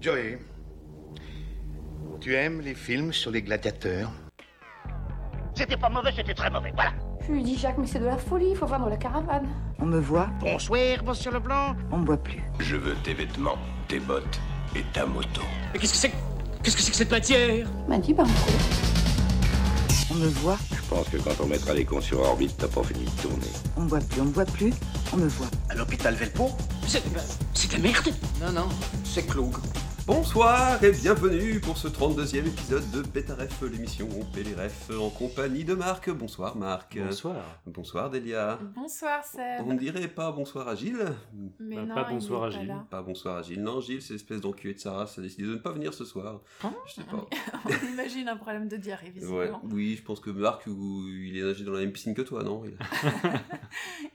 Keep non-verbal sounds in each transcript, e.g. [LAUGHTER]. Joey, tu aimes les films sur les gladiateurs C'était pas mauvais, c'était très mauvais, voilà. Je lui dis, Jacques, mais c'est de la folie, il faut vendre la caravane. On me voit, Bonsoir, monsieur Leblanc. on me voit plus. Je veux tes vêtements, tes bottes et ta moto. Mais qu'est-ce que c'est que- Qu'est-ce que c'est que cette matière Il m'a dit, bah, on sait. On me voit, Je pense que quand on mettra les cons sur orbite, t'as pas fini de tourner. on me voit plus, on me voit plus, on me voit. À l'hôpital Velpo C'est bah, c'est de la merde Non, non, c'est Cloug. Bonsoir et bienvenue pour ce 32e épisode de Pétaref, l'émission où on paie les refs en compagnie de Marc. Bonsoir Marc. Bonsoir. Bonsoir Delia. Bonsoir Seb. On ne dirait pas bonsoir à Gilles Mais Bah, non, pas il bonsoir est à pas Gilles. là. Pas bonsoir à Gilles. Non, Gilles, c'est l'espèce d'enculé de Sarah, ça a décidé de ne pas venir ce soir. Je sais pas. On imagine un problème de diarrhée, Ouais. visiblement. Oui, je pense que Marc, ou- il est nagé dans la même piscine que toi, non Il-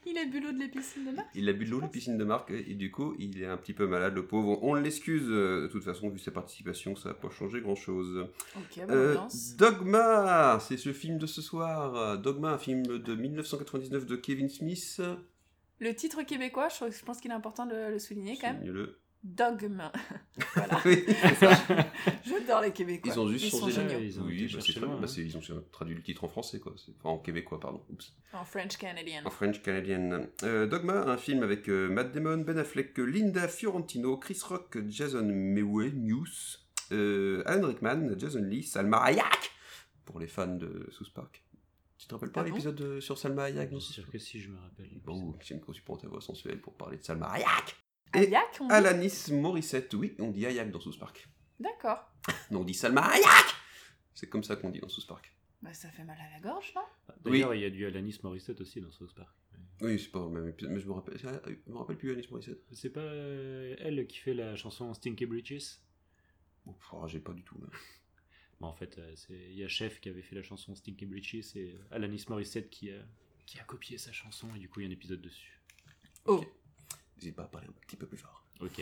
Il a bu l'eau de la piscine de Marc. Il a bu de l'eau, la piscine de Marc, et du coup, il est un petit peu malade, le pauvre. On l'excuse, euh, de toute façon, vu sa participation, ça n'a pas changé grand-chose. Ok, Euh, bon, danse. Dogma, c'est ce film de ce soir. Dogma, un film de 1999 de Kevin Smith. Le titre québécois, je, trouve- je pense qu'il est important de le souligner quand même. Soulignez-le. Dogme. [LAUGHS] Oui. [LAUGHS] J'adore les Québécois. Ils ont juste Ils sont changé. la- géniaux. Ils ont oui, été bah, c'est chercher très bien. loin, hein. Bah, c'est- ils ont traduit le titre en français, quoi. C'est- Enfin, en québécois, pardon. Oups. En French Canadian. En French Canadian. Euh, Dogma, un film avec euh, Matt Damon, Ben Affleck, Linda Fiorentino, Chris Rock, Jason Mewes, News, Alan Rickman, Jason Lee, Salma Hayek pour les fans de South Park. Tu te rappelles pas Ah bon l'épisode euh, sur Salma Hayek Bien dans sûr que si, je me rappelle. Bon, j'aime quand tu prends ta voix sensuelle pour parler de Salma Hayek. Et Ayak, Mm-hmm. on Ah, dit Alanis Morissette, oui, on dit Hayek dans South Park. D'accord. Non, on dit Salma Hayek C'est comme ça qu'on dit dans South Park. Bah, ça fait mal à la gorge, [LAUGHS] non D'ailleurs, il y a du Alanis Morissette aussi dans South Park. Oui, c'est pas le même épisode, mais je me rappelle, euh, je me rappelle plus Alanis Morissette. C'est pas euh, elle qui fait la chanson Stinky Bridges Oh, pff, ah, j'ai pas du tout. là. Bon, En fait, euh, c'est- il y a Chef qui avait fait la chanson Stinky Bridges et euh, Alanis Morissette qui a, qui a copié sa chanson et du coup, il y a un épisode dessus. Oh. Ok. N'hésite pas à parler un petit peu plus fort. Ok,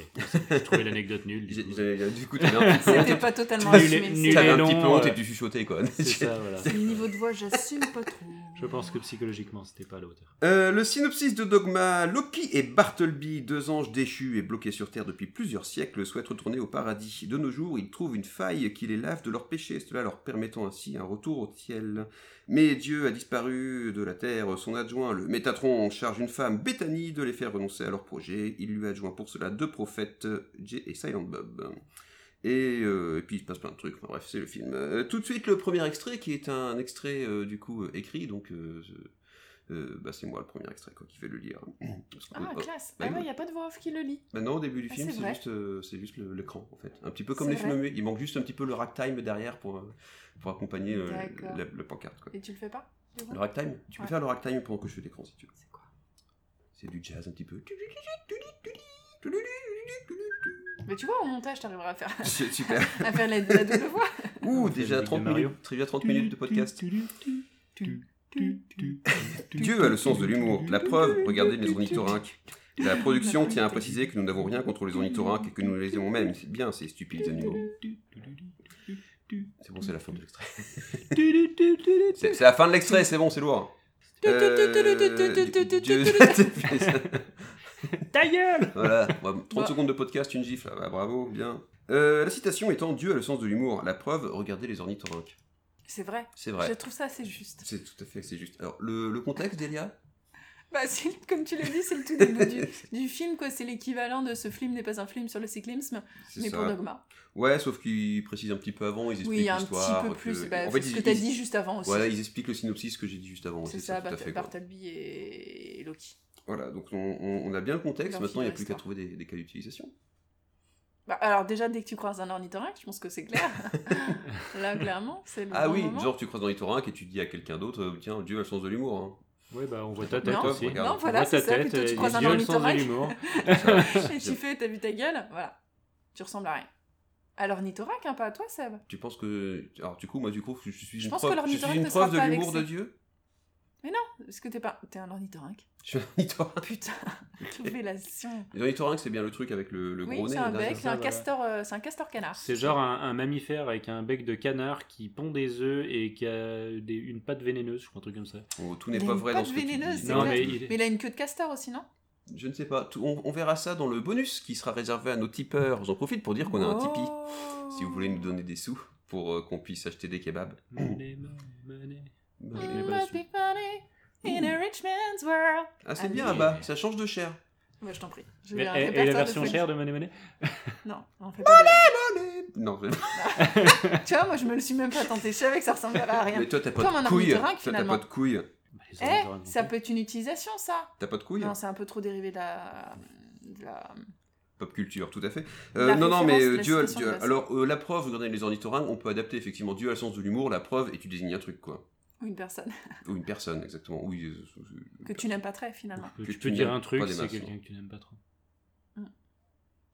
j'ai trouvé l'anecdote nulle. du coup. Du coup, t'as [LAUGHS] bien- C'était pas totalement Nul est- assumé. nul c'est- t'avais est- un petit peu long, honte euh, et tu chuchotais, quoi. [LAUGHS] C'est ça, voilà. Le niveau de voix, j'assume pas trop. Je pense que psychologiquement, c'était pas à la hauteur. Euh, le synopsis de Dogma, Loki et Bartleby, deux anges déchus et bloqués sur Terre depuis plusieurs siècles, souhaitent retourner au paradis. De nos jours, ils trouvent une faille qui les lave de leurs péchés, cela leur permettant ainsi un retour au ciel. Mais Dieu a disparu de la Terre, son adjoint, le Métatron, charge une femme, Bethany, de les faire renoncer à leur projet. Il lui adjoint pour cela deux prophètes, Jay et Silent Bob. Et, euh, et puis il se passe plein de trucs, Enfin, bref, c'est le film. Euh, tout de suite, le premier extrait qui est un extrait euh, du coup euh, écrit, donc euh, euh, bah, c'est moi le premier extrait quoi, qui vais le lire. [CLEARS THROAT] Parce que- Ah, oh, classe. bah, Ah ouais, oui. il n'y a pas de voix off qui le lit. Maintenant, au début du Ah, film, c'est c'est vrai. juste, euh, c'est juste le- l'écran, en fait. Un petit peu comme C'est les films vrai. muets. Il manque juste un petit peu le ragtime derrière pour, euh, pour accompagner euh, D'accord. la- le pancarte. Quoi. Et tu le fais pas du coup Le ragtime Tu peux Ouais. faire le ragtime pendant que je fais l'écran, si tu veux. C'est quoi C'est du jazz un petit peu. Mais tu vois, au montage, t'arriveras à faire, C'est [LAUGHS] super. à faire la, la double voix. Ouh, C'est déjà la musique de 30 Mario. minutes, déjà 30 minutes de podcast. Dieu Mm. Dieu a le sens de l'humour. La preuve, regardez les ornithorynques. La production tient à préciser que nous n'avons rien contre les ornithorynques et que nous les aimons même. C'est bien ces stupides animaux. C'est bon, c'est la fin de l'extrait. C'est c'est la fin de l'extrait, c'est bon, c'est lourd. Euh, Dieu- [LAUGHS] Ta gueule voilà, ouais, 30 Bah. secondes de podcast, une gifle, Ah, bah, bravo, bien. Euh, la citation étant Dieu a le sens de l'humour. La preuve, regardez les ornithorynques. C'est vrai. C'est Je vrai. trouve ça assez juste. C'est tout à fait, c'est juste. Alors, le, le contexte, Delia Bah, c'est- comme tu l'as dit, c'est le tout début [LAUGHS] du, du film, quoi. C'est l'équivalent de ce film n'est pas un film sur le cyclisme, C'est mais ça. pour Dogma. Ouais, sauf qu'ils précisent un petit peu avant, ils expliquent Oui, un l'histoire. petit peu que- plus. Bah, en c'est fait, ce ils- que t'as ils- dit juste avant aussi. Voilà, ils expliquent le synopsis que j'ai dit juste avant. c'est aussi, ça, tout à Bart- fait, quoi. Bartleby et... et Loki. Voilà, donc on, on- on a bien le contexte, Leur maintenant il n'y a fibre plus qu'à histoire. trouver des, des cas d'utilisation. Bah, alors, déjà, dès que tu croises un ornithorynque, je pense que c'est [LAUGHS] clair. Là, clairement, c'est le Ah bon oui, moment. genre tu croises dans les torrents et tu dis à quelqu'un d'autre, euh, tiens, Dieu a le sens de l'humour. hein. Ouais, bah on voit ta tête Non, aussi. regarde. Non, voilà, on voit ta c'est ça, tête, plutôt, tu euh, croises un les yeux, le sens de ornithorynque. l'humour. [LAUGHS] [LAUGHS] Et tu fais, t'as vu ta gueule Voilà. Tu ressembles à rien. À l'ornithorynque, hein, pas à toi, Seb. Tu penses que. Alors du coup, moi du coup, je, je suis Je une pense preuve, que je suis une l'ornithorynque ne preuve sera de pas avec l'humour de ses- Dieu [LAUGHS] Est-ce que t'es pas. T'es un ornithorynque Je suis un ornithorynque. Putain, [LAUGHS] révélation. Les ornithorynques, c'est bien le truc avec le, le Oui, gros nez. c'est un là, bec, ça, c'est un voilà. castor, euh, c'est un castor canard. C'est genre un, un mammifère avec un bec de canard qui pond des œufs et qui a des- une patte vénéneuse, je crois, un truc comme ça. Oh, tout n'est Il a pas une vrai dans patte ce que tu dis. vénéneuse, C'est Non, vrai. mais il, Mais il a une queue de castor aussi, non Je ne sais pas. Tout- On, on verra ça dans le bonus qui sera réservé à nos tipeurs. J'en profite pour dire qu'on a un Tipeee. Oh. Si vous voulez nous donner des sous pour euh, qu'on puisse acheter des kebabs. Money, money. Bah, je Je l'ai n'ai pas. pas Must dessus. be funny in a rich man's world. Ah, c'est bien, Allez. ah bah, ça change de chair. Ouais, je t'en prie. Je Mais- vais un et- et, la répertoire de version folie. chère de Money Money Non, on fait pas. de- Allez Non, je- Tu vois, moi je me le suis même pas tenté. Je savais que ça ressemblerait [LAUGHS] à rien. mais toi, t'as pas Comme un de couilles. ornithorynque, Toi, t'as finalement. pas de couilles. Bah, les Eh, autres, j'aurais ça inventé. peut être une utilisation, ça. T'as pas de couilles Non, c'est un peu trop dérivé de la. de la- Pop culture, tout à fait. La Euh, non, non, mais référence, euh, la Dieu, a- citation Dieu a- de la- alors euh, la preuve, regardez les ornithorynques, on peut adapter effectivement Dieu a le sens de l'humour, la preuve, et tu désignes un truc, quoi. ou une personne Ou une personne, exactement. Oui, euh, euh, euh, que tu n'aimes pas très finalement. Tu peux- que tu tu peux dire n'aimes un truc, pas des c'est masses, quelqu'un que tu n'aimes pas trop.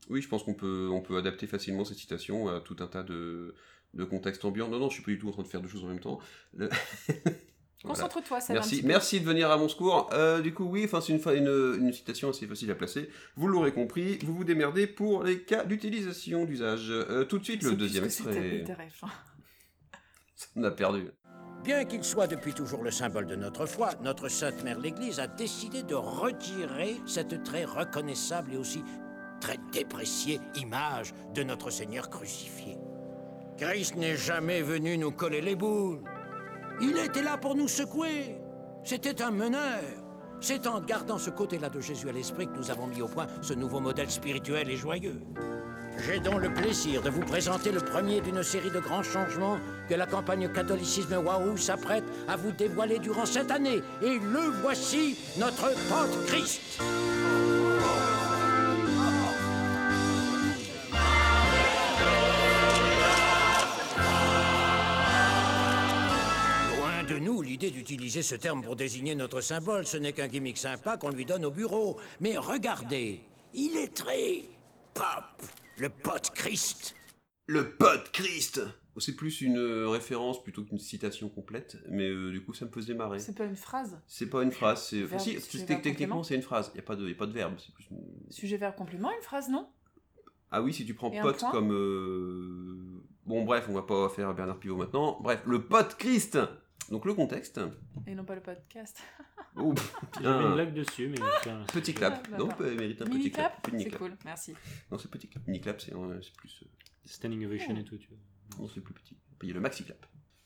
oui, je pense qu'on peut, on peut adapter facilement cette citation à tout un tas de, de contextes ambiants. Non, non, je suis pas du tout en train de faire deux choses en même temps. Le- [LAUGHS] Voilà. Concentre-toi, ça va un Merci, petit peu. merci de venir à mon secours. Euh, du coup, oui, enfin, c'est une, fa- une- une citation assez facile à placer. Vous l'aurez compris, vous vous démerdez pour les cas d'utilisation, d'usage. Euh, tout de suite, Je le sais plus deuxième ce que c'était, hein. extrait. mais t'as raison. On a perdu. Bien qu'il soit depuis toujours le symbole de notre foi, notre Sainte Mère l'Église a décidé de retirer cette très reconnaissable et aussi très dépréciée image de notre Seigneur crucifié. Christ n'est jamais venu nous coller les boules. Il était là pour nous secouer. C'était un meneur. C'est en gardant ce côté-là de Jésus à l'esprit que nous avons mis au point ce nouveau modèle spirituel et joyeux. J'ai donc le plaisir de vous présenter le premier d'une série de grands changements que la campagne catholicisme Waouh s'apprête à vous dévoiler durant cette année. Et le voici, notre Pente Christ. Loin de nous l'idée d'utiliser ce terme pour désigner notre symbole, ce n'est qu'un gimmick sympa qu'on lui donne au bureau. Mais regardez, il est très pop, le pote Christ. Le pote Christ C'est plus une euh, référence plutôt qu'une citation complète, mais euh, du coup ça me faisait marrer. C'est pas une phrase. C'est pas une phrase, c'est. Verbe, enfin, si, c'est c'est- verbe techniquement complément. c'est une phrase, il n'y a, pas de- y a pas de verbe. c'est plus une- Sujet verbe compliment, une phrase, non Ah oui, si tu prends Et un pote point comme. euh, Bon, bref, on va pas faire Bernard Pivot maintenant. Bref, le pote Christ Donc le contexte. Et non pas le podcast. [LAUGHS] Oh, Il y avait une bien. blague dessus, [LAUGHS] mais. putain, Petit c'est- Ah, clap. bah, Non, bah. peut mérite un petit Mini clap. clap, Mini c'est clap. cool, merci. Non, c'est petit clap. Mini clap, c'est euh, c'est plus. euh, Standing ovation et tout, tu vois. Non, c'est plus petit. Puis il y a le maxi clap.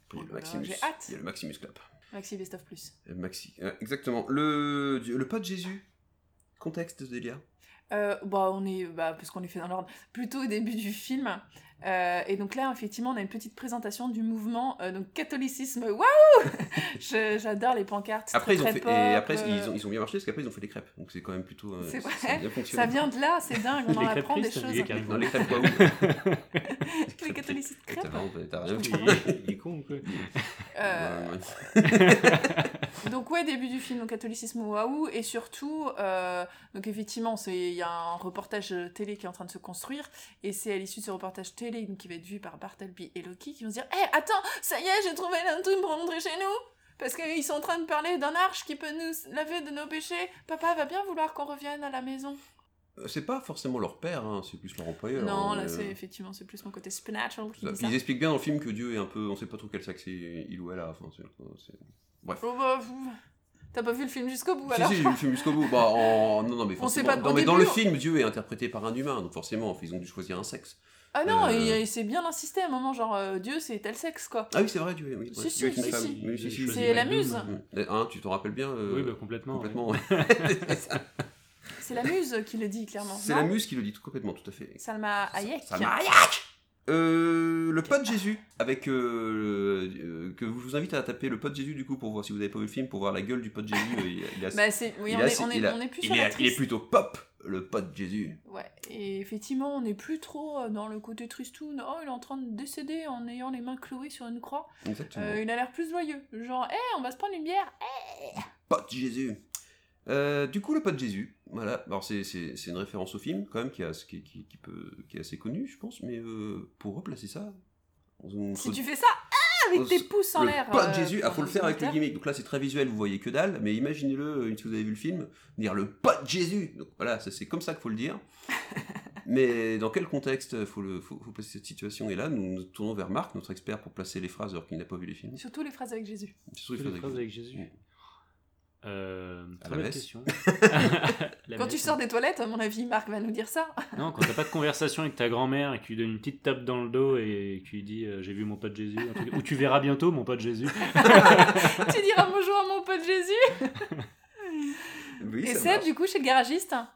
Puis il y a le Oh là là, maximus. j'ai hâte. Il y a le maximus clap. Maxi Best of Plus. Euh, Maxi. euh, exactement. Le, Dieu- le pote Jésus. Contexte de délire. Euh, bah, on est, bah, parce qu'on est fait dans l'ordre, plutôt au début du film. Euh, et donc là, effectivement, on a une petite présentation du mouvement, euh, donc catholicisme, waouh [LAUGHS] Je- J'adore les pancartes. Après, ils très, ont très fait, et pop, après euh, ils, ont, ils ont bien marché parce qu'après ils ont fait les crêpes. Donc c'est quand même plutôt. euh, C'est ça- vrai. Ça a bien Ça fonctionné. vient de là, c'est dingue, on en Les crêpes apprend des tristes, choses. il est carrément. Non, [LAUGHS] les crêpes quoi oui. [LAUGHS] Les catholicistes T'as crêpes. raison, t'as- t'as rien dit. Il il est con ou quoi Euh, Ouais, ouais. Donc ouais, début du film, donc catholicisme waouh, et surtout, euh, donc effectivement, c'est- il y a un reportage euh, télé qui est en train de se construire, et c'est à l'issue de ce reportage télé donc, qui va être vu par Bartleby et Loki qui vont se dire, hé, attends, ça y est, j'ai trouvé un truc pour rentrer chez nous, parce qu'ils sont en train de parler d'un arche qui peut nous laver de nos péchés. Papa va bien vouloir qu'on revienne à la maison. Euh, C'est pas forcément leur père, hein, c'est plus leur employeur. non, hein, là, mais, c'est euh, Bah, effectivement, c'est plus mon côté supernatural qui ça- dit puis ça. Ils expliquent bien dans le film que Dieu est un peu. On sait pas trop quel sac c'est il ou elle a. Enfin, c'est- c'est- Oh, bah, vous- T'as pas vu le film jusqu'au bout, Si, alors si, j'ai vu le film jusqu'au bout. Bah, en- Non, non, mais, On sait forcément- pas- non, au mais dans le début, on- film, Dieu est interprété par un humain, donc forcément, ils ont dû choisir un sexe. Ah non, Euh. et- et c'est bien insisté à un moment, genre, euh, Dieu, c'est tel sexe, quoi. Ah oui, c'est vrai, Dieu, oui. Si, ouais. si, Dieu est une Bah, si, femme. si. Oui, si, si, J'ai oui. C'est choisi la Magnum. muse. Mm. Hein, tu t'en rappelles bien euh, Oui, bah, complètement. Complètement, ouais. [LAUGHS] C'est la muse qui le dit clairement. C'est non la muse qui le dit tout complètement, tout à fait. Salma Hayek. Salma Hayek Euh, le pote Jésus, avec euh, euh, que je vous invite à taper le pote Jésus du coup pour voir si vous n'avez pas vu le film pour voir la gueule du pote Jésus. euh, il, [LAUGHS] il a- Bah, c'est, oui, il on, a- est, on, est, il a- on est plus il sur est- la il est triste. plutôt pop le pote Jésus. Ouais, et effectivement, on n'est plus trop euh, dans le côté tristoun. Oh, il est en train de décéder en ayant les mains clouées sur une croix. Exactement. Euh, il a l'air plus joyeux. Genre, hé, on va se prendre une bière. Eh, pote Jésus. Euh, du coup, le pote Jésus, voilà. Alors c'est, c'est- c'est une référence au film quand même qui, a- qui- qui- qui peut, qui est assez connu, je pense. Mais euh, pour replacer ça, on- si faut- tu fais ça, ah, avec on- tes pouces en le l'air. Pote euh, Jésus, ah, pour faut le nos faire avec le auditeurs. gimmick. Donc là, c'est très visuel, vous voyez que dalle. Mais imaginez-le euh, si vous avez vu le film, dire le pote Jésus. Donc voilà, ça, c'est comme ça qu'il faut le [LAUGHS] dire. mais dans quel contexte euh, faut, le, faut, faut placer cette situation Et là, nous nous tournons vers Marc, notre expert, pour placer les phrases alors qu'il n'a pas vu les films. Surtout les phrases avec Jésus. Surtout les Toutes les phrases avec- phrases avec Jésus. Euh, À très la bonne messe. [LAUGHS] question. [LAUGHS] Eh La ben, Quand messe, tu sors des toilettes, à mon avis, Marc va nous dire ça. [LAUGHS] Non, quand t'as pas de conversation avec ta grand-mère et que tu lui donnes une petite tape dans le dos et que tu lui dis euh, j'ai vu mon pote Jésus, un truc- ou tu verras bientôt mon [LAUGHS] pote Jésus. tu diras bonjour à mon pote Jésus. Oui, et ça Seb, marche. du coup, chez le garagiste. hein.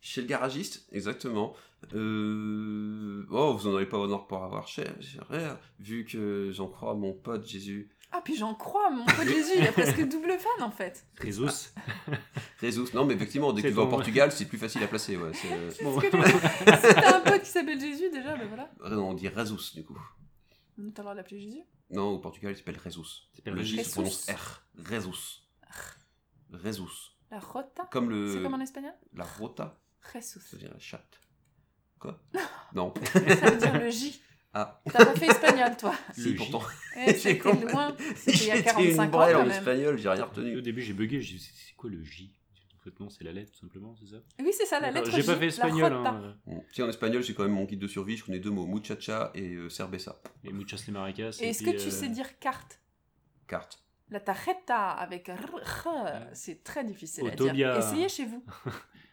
Chez le garagiste, exactement. Euh, Oh, vous en avez pas honneur pour avoir cher, cher, vu que j'en crois mon pote Jésus. Ah, puis j'en crois, [LAUGHS] mon pote Jésus, il a presque double fan en fait. Résus. Résus. Non, mais effectivement, dès que C'est tu vas au bon. Portugal, c'est plus facile à placer. Ouais. c'est- euh, Bon. Parce que du coup, si t'as un pote qui s'appelle Jésus, déjà, ben voilà. Ah non, on dit Résus, du coup. T'as le droit de l'appeler Jésus. Non, au Portugal, il s'appelle Résus. s'appelle Le J se Résus. prononce R. Résus. Résus. La rota. Comme le... Euh. C'est comme en espagnol la rota, ça Jesus. veut dire la chatte. [LAUGHS] Quoi Non. [LAUGHS] Ça veut dire le J. Ah, T'as pas fait espagnol, [LAUGHS] toi. si, Le pourtant. Eh, J'ai C'était compris. loin. C'était [LAUGHS] il y a J'étais 45 une ans brêle quand en même. espagnol, j'ai rien retenu. Au début, j'ai bugué, j'ai dit c'est c'est quoi le J En fait, non, c'est la lettre, tout simplement, c'est ça Oui, c'est ça, Ah, la D'accord, lettre J'ai pas J, fait la espagnol. rota. Hein. Bon, tu sais, en espagnol, j'ai quand même mon guide de survie, je connais deux mots, muchacha et euh, cerveza. Et muchas les maracas. Et est-ce que puis, tu euh, sais dire carte Carte. La tarjeta avec r, r, c'est très difficile à dire. Autobia. Essayez chez [LAUGHS] vous.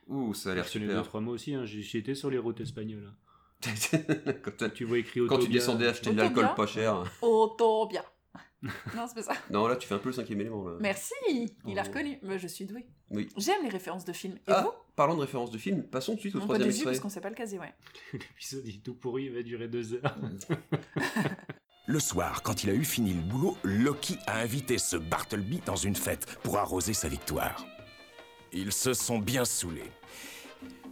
Ouh, ça a l'air Je connais deux, super. trois mots aussi. Hein. J'ai- J'étais sur les routes espagnoles. hein. [LAUGHS] quand, t'as- Tu vois écrit quand tu Autobia. descendais acheter de Autobia. l'alcool pas cher. Autobia. non, c'est pas [LAUGHS] ça. Non, là, tu fais un peu le cinquième élément. Là. Merci, il a Oh. reconnu. Mais je suis douée. Oui. J'aime les références de films. Et Ah, vous Parlant de référence de film, passons tout de suite au On peut troisième Jésus extrait. parce qu'on sait pas le caser, ouais. [LAUGHS] L'épisode il est tout pourri, il va durer [LAUGHS] deux heures. Le soir, quand il a eu fini le boulot, Loki a invité ce Bartleby dans une fête pour arroser sa victoire. Ils se sont bien saoulés.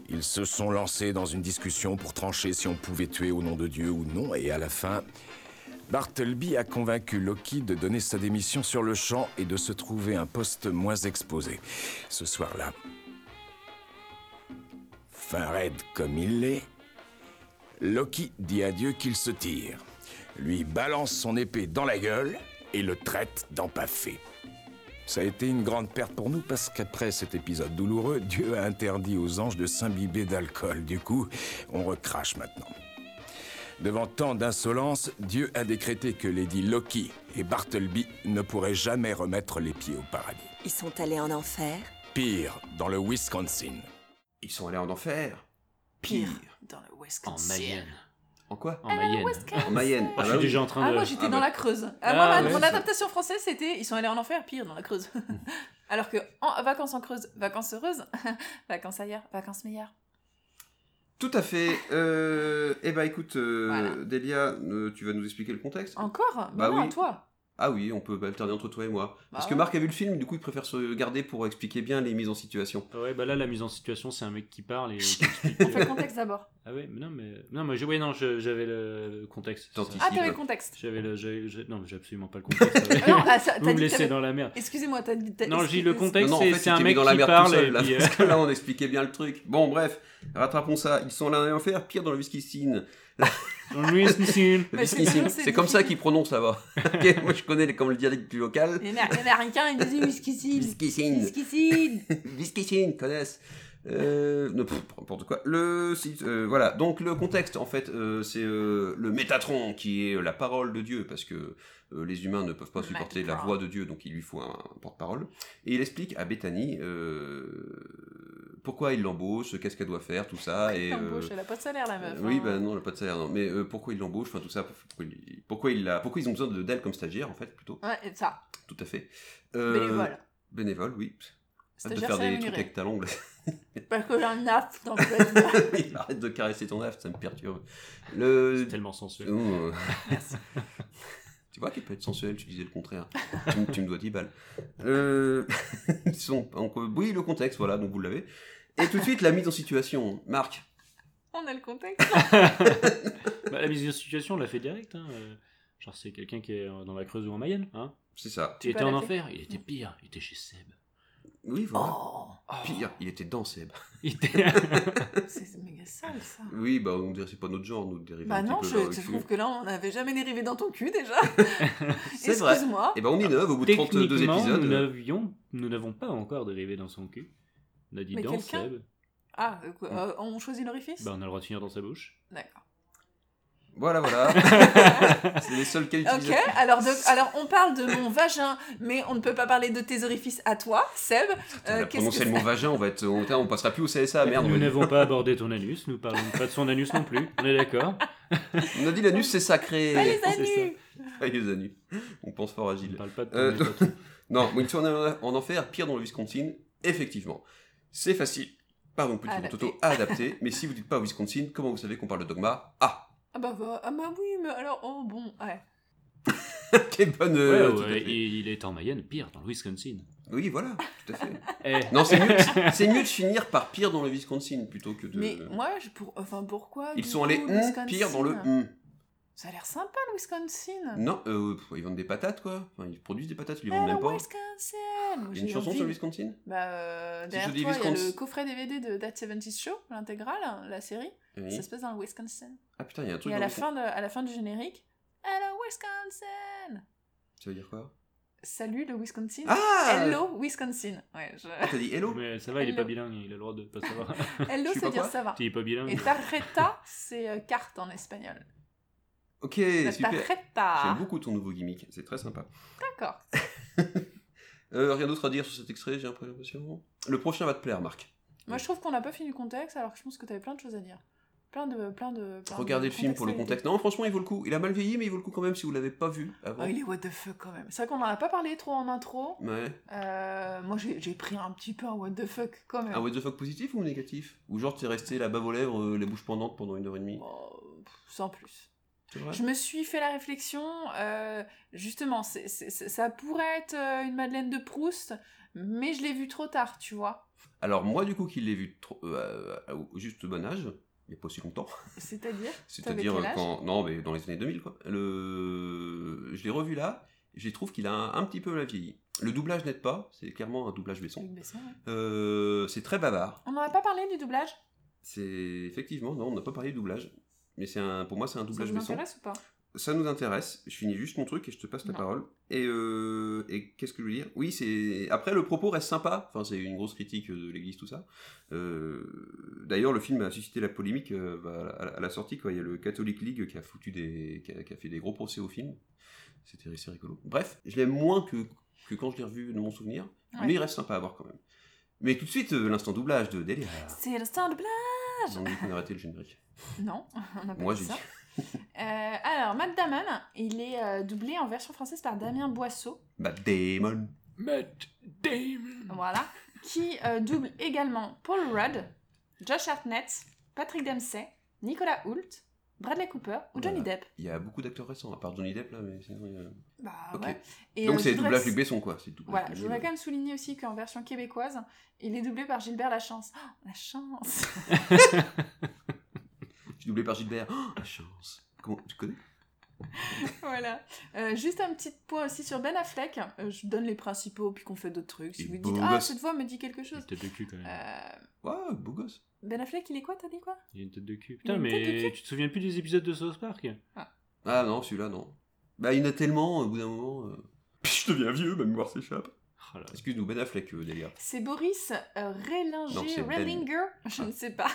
Ils se sont lancés dans une discussion pour trancher si on pouvait tuer au nom de Dieu ou non, et à la fin, Bartleby a convaincu Loki de donner sa démission sur le champ et de se trouver un poste moins exposé. Ce soir-là, fin raide comme il l'est, Loki dit à Dieu qu'il se tire, lui balance son épée dans la gueule et le traite d'empaffé. Ça a été une grande perte pour nous parce qu'après cet épisode douloureux, Dieu a interdit aux anges de s'imbiber d'alcool. Du coup, on recrache maintenant. Devant tant d'insolence, Dieu a décrété que Lady Loki et Bartleby ne pourraient jamais remettre les pieds au paradis. Ils sont allés en enfer. Pire, dans le Wisconsin. Ils sont allés en enfer. Pire. Dans le Wisconsin. En Mayenne. En quoi En Mayenne. Wisconsin. En Mayenne. Ah, Ah je bah suis oui. déjà en train Ah, de. moi j'étais Ah, dans bah. la Creuse. Ah, moi, ma- ouais, mon ça- adaptation française c'était ils sont allés en enfer, pire dans la [LAUGHS] Creuse. Alors que en vacances en Creuse, vacances heureuses, [LAUGHS] vacances ailleurs, vacances meilleures. Tout à fait. Euh, eh ben écoute, euh, Voilà. Delia, euh, tu vas nous expliquer le contexte Encore Bah Bah non, oui. toi. Ah oui, on peut alterner entre toi et moi. Parce Bah que ouais. Marc a vu le film, du coup il préfère se garder pour expliquer bien les mises en situation. Ouais, bah là, la mise en situation, c'est un mec [LAUGHS] qui parle et qui On explique. fait le contexte d'abord. Ah ouais, mais non, mais. Non, mais je- ouais, non, je- j'avais le contexte. c'est ça. T'anticipe. Ah, Ici, t'avais là. le [LAUGHS] contexte. J'avais le. j'avais- j'ai- Non, mais j'ai absolument pas le contexte. Ah [LAUGHS] non, ah, ça- t'as Vous me dit que laissez t'avais- dans la merde. Excusez-moi, t'as dit. t'as- Non, je dis le contexte, Non, non, en c'est fait, c'est tu un t'es mis mec dans la qui merde parle. tout seul, et là, puis, euh, parce que là, on expliquait bien le truc. Bon, bref, rattrapons ça. Ils sont là en enfer, pire dans le Wisconsin. dans [LAUGHS] le Wisconsin. Le Mais c'est Wisconsin. bien, c'est C'est comme ça difficile. qu'ils prononcent là-bas. [LAUGHS] Ok, Moi, je connais les- comme le dialecte du local. Les Amer- les Américains, ils disaient Wisconsin. Wisconsin. Wisconsin. euh, [LAUGHS] Wisconsin, connaissent. Euh, ne- pff, n'importe quoi. Le site, euh, voilà. Donc le contexte, en fait, euh, c'est euh, le Métatron qui est la parole de Dieu, parce que euh, les humains ne peuvent pas supporter la Métatron. voix de Dieu, donc il lui faut un, un porte-parole. Et il explique à Bethany euh, pourquoi il l'embauche, qu'est-ce qu'elle doit faire, tout ça. Et, Elle euh, embauche, elle a pas de salaire la meuf. euh, oui, hein. bah non, elle a pas de salaire, non. Mais euh, pourquoi il l'embauche, enfin tout ça, pourquoi, il- pourquoi il l'a- pourquoi ils ont besoin de d'elle comme stagiaire, en fait, plutôt, Ouais, et ça, tout à fait. Euh, bénévole. Bénévole, oui. Arrête de C'est-à-dire, faire c'est des trucs rémunéré. avec ta langue. là. Parce que j'ai un naf dans [LAUGHS] le Oui, arrête de caresser ton aft, ça me perturbe. Le... C'est tellement sensuel. [LAUGHS] Oh. [LAUGHS] tu vois qu'il peut être sensuel, tu disais le contraire. tu, me- tu me dois 10 balles. Euh, [LAUGHS] Ils sont... donc, euh, oui, le contexte, voilà, donc vous l'avez. Et tout de suite, la mise en situation. Marc, On a le contexte. Bah, la mise en situation, on l'a fait direct. hein, euh, Genre, c'est quelqu'un qui est euh, dans la Creuse ou en Mayenne. Hein. c'est ça. Il peux Mm. était en la enfer, il était pire, il était [LAUGHS] chez Seb. Oui, voilà. Oh. Pire, il était dans Seb. Il était- C'est méga sale ça. Oui, bah on dirait que c'est pas notre genre, nous de dériver. Bah un petit non, peu je vers le je cul. trouve que là, on n'avait jamais dérivé dans ton cul déjà. [LAUGHS] C'est vrai. Excuse-moi. Et bah on innove au bout de 32 Techniquement, épisodes. euh. nous n'avions- nous n'avons pas encore dérivé dans son cul. On a dit Mais dans quelqu'un Seb. Ah, euh, quoi, euh, on choisit l'orifice Ben, Bah, on a le droit de finir dans sa bouche. D'accord. Voilà, voilà. [LAUGHS] c'est les seuls cas Ok, euh, utilisés. alors, de- alors on parle de mon vagin, mais on ne peut pas parler de tes orifices à toi, Seb. On Euh, a qu'est-ce prononcé que le mot vagin, on va être, on, putain, on passera plus au CSA, Ah, merde. nous on, a dit, n'avons pas abordé ton anus, nous parlons pas de son anus non plus, on est [LAUGHS] d'accord on a dit l'anus c'est sacré. Pas les c'est ça. anus Pas les anus. On pense fort à On ne Gilles. parle pas de ton Euh, anus. patron. Non, une tournée en en enfer, pire dans le Wisconsin, effectivement. C'est facile. Pardon, petit mot Adapté. Toto, à adapter. mais si vous dites pas Wisconsin, comment vous savez qu'on parle de dogma Ah ah bah, bah, ah bah oui, mais alors, oh bon, ouais. Quelle bonne. Ouais, euh, tout à ouais, fait. il, il est en Mayenne, pire, dans le Wisconsin. Oui, voilà, tout à fait. Eh, Non, c'est mieux, de- c'est mieux de finir par pire dans le Wisconsin plutôt que de. Mais moi, je pour... enfin, pourquoi Ils du sont allés coup, hum, Wisconsin pire dans le hum. Ça a l'air sympa, le Wisconsin. Non, euh, pff, ils vendent des patates quoi. Enfin, ils produisent des patates, ils les vendent Hello, même pas. Wisconsin Il y a J'ai Une chanson envie. sur le Wisconsin Bah, euh, Si derrière je dis toi, il y a le Wisconsin- coffret DVD de That 70 Show, l'intégrale, la série. Eh Oui. Ça se passe dans le Wisconsin. Ah putain, il y a un truc Et à dans la, le- fin de, à la fin du générique, Hello, Wisconsin Ça veut dire quoi Salut, le Wisconsin. Ah Hello, Wisconsin Ouais, [LAUGHS] je- Ah, T'as dit hello mais ça va, il est pas Hello. bilingue, il a le droit de pas savoir. [LAUGHS] Hello, Je sais ça pas veut dire quoi. ça va. S'il est pas Et bilingue, tarjeta, c'est euh, carte en espagnol. Ok, La Eh, super. Tarjeta J'aime beaucoup ton nouveau gimmick, c'est très sympa. D'accord. [LAUGHS] Euh, rien d'autre à dire sur cet extrait, j'ai un peu l'impression. Le prochain va te plaire, Marc. Moi, je trouve qu'on n'a pas fini le contexte, alors que je pense que tu avais plein de choses à dire. Plein de. Plein de plein de Regardez le film pour le contexte. contextualité. Non, franchement, il vaut le coup. Il a mal vieilli, mais il vaut le coup quand même si vous l'avez pas vu avant. Oh, il est what the fuck quand même. C'est vrai qu'on n'en a pas parlé trop en intro. Ouais. Euh, moi, j'ai j'ai pris un petit peu un what the fuck quand même. Un Ah, what the fuck positif ou négatif Ou genre t'es resté la bave aux lèvres, euh, les bouches pendantes pendant une heure et demie Oh, pff, sans plus. C'est vrai Je me suis fait la réflexion, euh, justement, c'est- c'est- c'est- ça pourrait être euh, une Madeleine de Proust, mais je l'ai vu trop tard, tu vois. Alors moi du coup qui l'ai vu trop- euh, à- à- au juste bon âge, il n'y a pas si longtemps. C'est-à-dire C'est-à-dire quel âge quand non mais dans les années 2000 quoi. Le je l'ai revu là, je trouve qu'il a un, un petit peu mal vieilli. Le doublage n'aide pas, c'est clairement un doublage baisson. Luc Besson, ouais. Euh, c'est très bavard. On n'en a pas parlé du doublage C'est effectivement non, on n'a pas parlé de doublage, mais c'est un pour moi c'est un Ça doublage vous baisson. intéresse ou pas Ça nous intéresse. Je finis juste mon truc et je te passe la Non. parole. Et, euh, et qu'est-ce que je veux dire Oui, c'est après le propos reste sympa. Enfin, c'est une grosse critique de l'Église tout ça. Euh, D'ailleurs, le film a suscité la polémique euh, bah, à, la, à la sortie. Quoi. Il y a le Catholic League qui a foutu des, qui a, qui a fait des gros procès au film. C'était c'est rigolo. Bref, je l'aime moins que, que quand je l'ai revu de mon souvenir, Ouais. mais il reste sympa à voir quand même. Mais tout de suite, euh, l'instant doublage de Delia. C'est le Star Blast Ils ont dit qu'on arrêtait le générique. Non, [LAUGHS] on n'a pas Moi, dit j'ai Ah, ça. dit. Euh, alors, Matt Damon, il est euh, doublé en version française par Damien Boisseau, Bah, Damon. Matt Damon voilà, qui euh, double également Paul Rudd, Josh Hartnett, Patrick Dempsey, Nicolas Hoult, Bradley Cooper ou Johnny Depp. Il y a beaucoup d'acteurs récents, à part Johnny Depp là, mais sinon. il y a- Bah Ok. ouais. Et, euh, Donc je c'est voudrais- doublage Luc Besson quoi, c'est doublage. Voilà, Luc je voudrais Besson. quand même souligner aussi qu'en version québécoise, il est doublé par Gilbert Lachance. Oh, [LAUGHS] la chance Je suis doublé par Gilbert. Oh, la chance. Comment tu connais Voilà. Euh, juste un petit point aussi sur Ben Affleck. Euh, je donne les principaux puis qu'on fait d'autres trucs. Si Il vous est dites beau ah gosse. cette voix me dit quelque Il a une chose. tête de cul quand même. Euh, Waouh, beau gosse. ben Affleck, il est quoi T'as dit quoi Il a une tête de cul. Putain, une tête de mais tu te souviens plus des épisodes de South Park Ah non, celui-là non. Bah il y en a tellement au bout d'un moment. euh. [LAUGHS] Puis je deviens vieux, ma mémoire s'échappe. Oh là là. Excuse-nous, Ben Affleck, euh, délire. C'est Boris euh, Non, Relinger, c'est Ben. Relinger, [LAUGHS] je Ah. ne sais pas.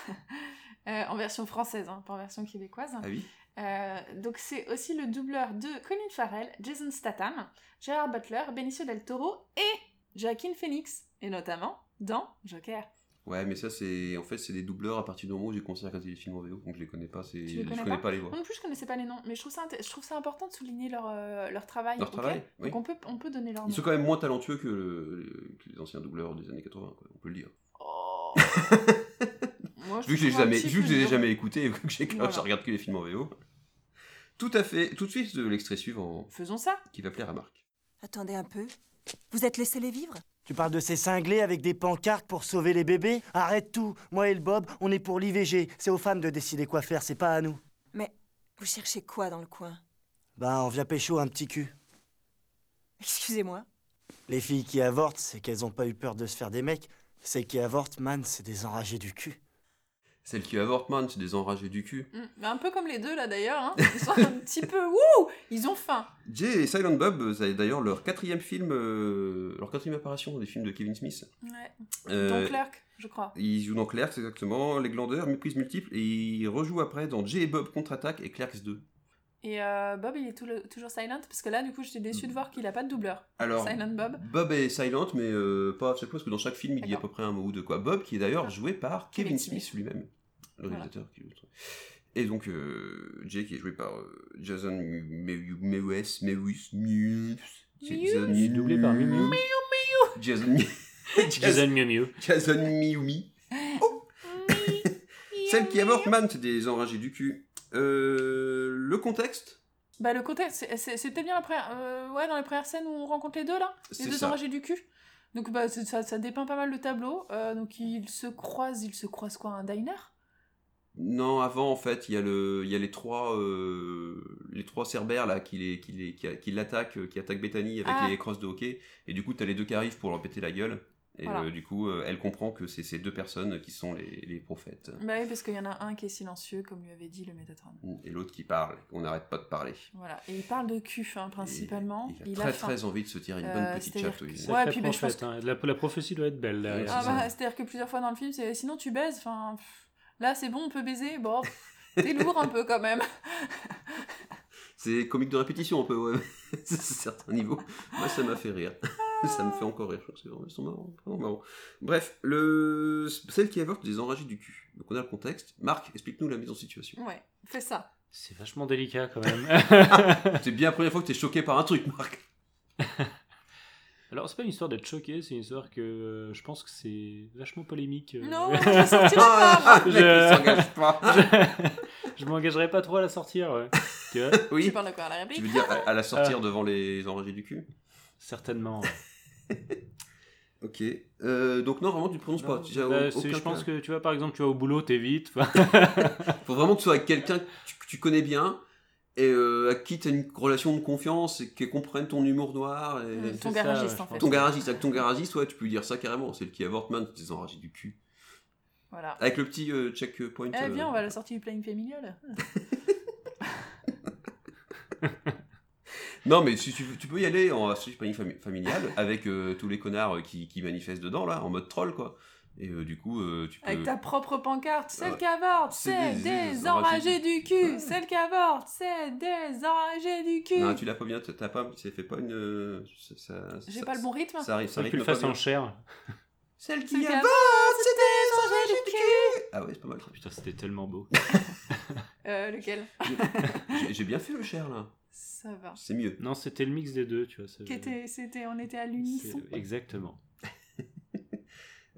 Euh, en version française, hein, pas en version québécoise. Ah oui Euh, donc c'est aussi le doubleur de Colin Farrell, Jason Statham, Gerard Butler, Benicio del Toro et Joaquin Phoenix, et notamment dans Joker. Ouais, mais ça c'est. En fait, c'est des doubleurs à partir du moment où j'ai commencé à regarder les films en VO, donc je les connais pas, c'est... Tu les je connais connais pas Ah, pas les voix. Moi non plus, je connaissais pas les noms, mais je trouve ça, inté- je trouve ça important de souligner leur, euh, leur travail. Leur ok travail Oui. Donc on peut, on peut donner leur nom. Ils sont quand même moins talentueux que, le- que les anciens doubleurs des années 80, quoi, on peut le dire. Oh. Moi, je Vu que j'ai trouve un jamais, petit vu que peu je les ai dur. jamais écoutés et vu que j'ai Voilà. je regarde que les films en VO. Tout à fait, tout de suite euh, l'extrait suivant Faisons ça. qui va plaire à Marc. Attendez un peu. Vous êtes laissé les vivre Tu parles de ces cinglés avec des pancartes pour sauver les bébés Arrête tout. Moi et le Bob, on est pour l'IVG. C'est aux femmes de décider quoi faire, c'est pas à nous. Vous cherchez quoi dans le coin Bah, on vient pécho un petit cul. Excusez-moi. Les filles qui avortent, c'est qu'elles ont pas eu peur de se faire des mecs. Celles qui avortent, man, c'est des enragés du cul. Celles qui avortent, man, c'est des enragés du cul. Mm, mais un peu comme les deux là [LAUGHS] d'ailleurs, hein. ils sont un petit peu wouh, ils ont faim. Jay et Silent Bob, euh, c'est d'ailleurs leur quatrième film, euh, leur quatrième apparition dans des films de Kevin Smith. Ouais. Euh, Dans Clerk, je crois. Ils jouent dans Clerks, exactement, Les Glandeurs, Méprise Multiple, et ils rejouent après dans Jay et Bob Contre-Attaque et Clerks 2. Et euh, Bob, il est tout le- toujours silent parce que là, du coup, j'étais déçue de voir qu'il a pas de doubleur. Alors, Silent Bob. Bob est silent, mais euh, pas assez parce que dans chaque film, il y a à peu près un mot ou deux. Quoi. Bob, qui est d'ailleurs joué par Kevin, Smith, lui-même, le Ah. Voilà. réalisateur. qui- Et donc, euh, Jay, qui est joué par euh, Jason Mewes, Mewes, Mewes, Mewes, Jason Il est doublé par Miu Miu. Mewes, Jason Mewes, Jason Miu Miu. [LAUGHS] Jason Mewes, [LAUGHS] celle qui est morte, man, c'est des enragés du cul. Euh, le contexte Bah, le contexte, c'est- c'est c'est peut-être bien la première. euh, ouais, dans les premières scènes où on rencontre les deux, là. C'est Les deux ça. enragés du cul. Donc, bah, c'est- ça, ça dépeint pas mal le tableau. Euh, donc, ils se croisent. Ils se croisent quoi à Un diner Non, avant, en fait, il y a, le, il y a les trois, euh, les trois Cerbères là, qui, les, qui, les, qui, qui l'attaquent, euh, qui attaquent Bethany avec Ah. les crosses de hockey. Et du coup, t'as les deux qui arrivent pour leur péter la gueule. Et Voilà. euh, du coup, euh, elle comprend que c'est ces deux personnes qui sont les, les prophètes. Bah oui, parce qu'il y en a un qui est silencieux, comme lui avait dit le Métatron. Et l'autre qui parle. On n'arrête pas de parler. Voilà, et il parle de cul, hein, principalement. il a très, faim. Euh, très envie de se tirer une bonne petite c'est-à-dire chatouille. que- Sacré Ouais, puis bah, je pense prophète, hein. la, la prophétie doit être belle derrière. Ah bah, c'est-à-dire que plusieurs fois dans le film, c'est sinon tu baises, enfin pff, là c'est bon, on peut baiser, bon, pff, t'es lourd un peu quand même. C'est comique de répétition, un peu, ouais. [LAUGHS] c'est certains niveaux. Moi, ça m'a fait rire. [LAUGHS] ça me fait encore rire. Je trouve que c'est vraiment- Ils sont marrants, vraiment marrants. Bref, le... celle qui avorte des enragés du cul. Donc, on a le contexte. Marc, explique-nous la mise en [LAUGHS] situation. [LAUGHS] Ouais, fais ça. C'est vachement délicat quand même. c'est bien la première fois que t'es choqué par un truc, Marc. Alors, c'est pas une histoire d'être choqué, c'est une histoire que euh, je pense que c'est vachement polémique. euh. [LAUGHS] Non, je la sortirai Ah, pas, moi. Je- Mais il s'engage pas. Je, je m'engagerai pas trop à la sortir, ouais. Tu vois Oui. Tu parles de quoi, à la réplique Tu veux dire à, à la Ah. sortir devant les enragés du cul Certainement. Ok. Euh, donc, non, vraiment, tu ne prononces pas. Tu- Bah, aucun c'est- je cas. pense que tu vois, par exemple, tu vas au boulot, t'évites. enfin. Faut vraiment que tu sois avec quelqu'un que tu, que tu connais bien et euh, à qui tu as une relation de confiance et qui comprenne ton humour noir. Et... Mm, ton C'est ça, garagiste, ouais, en je fait. pense. Ton garagiste, avec ton garagiste, ouais, tu peux lui dire ça carrément. C'est le qui avorte, man, t'es enragé du cul. Voilà. Avec le petit euh, checkpoint. Eh euh, Mm. bien, on va la sortir du planning familial. Non, mais si tu, tu peux y aller en astuce planning fami- familial avec euh, tous les connards euh, qui, qui manifestent dedans, là, en mode troll, quoi. Et euh, du coup, euh, tu peux. Avec ta propre pancarte, celle Ah Ouais. qui avorte, C'est c'est des- des, des enragés enragés du cul. Celle qui avorte, c'est des enragés du cul. Non, tu l'as pas bien, t'as- t'as pas, ça fait pas une. euh, ça- ça- J'ai ça- pas le bon rythme. Ça arrive, Faut ça que arrive. tu le fasses en chair. Celle Celle qui avorte, c'est des enragés du cul. Ah ouais, c'est pas mal. Oh, Putain, c'était tellement beau. Euh, lequel J'ai- J'ai bien fait le cher, là. Ça va. C'est mieux. Non, c'était le mix des deux, tu vois. c'est- Qui était- c'était- on était à c'est- l'unisson. Exactement.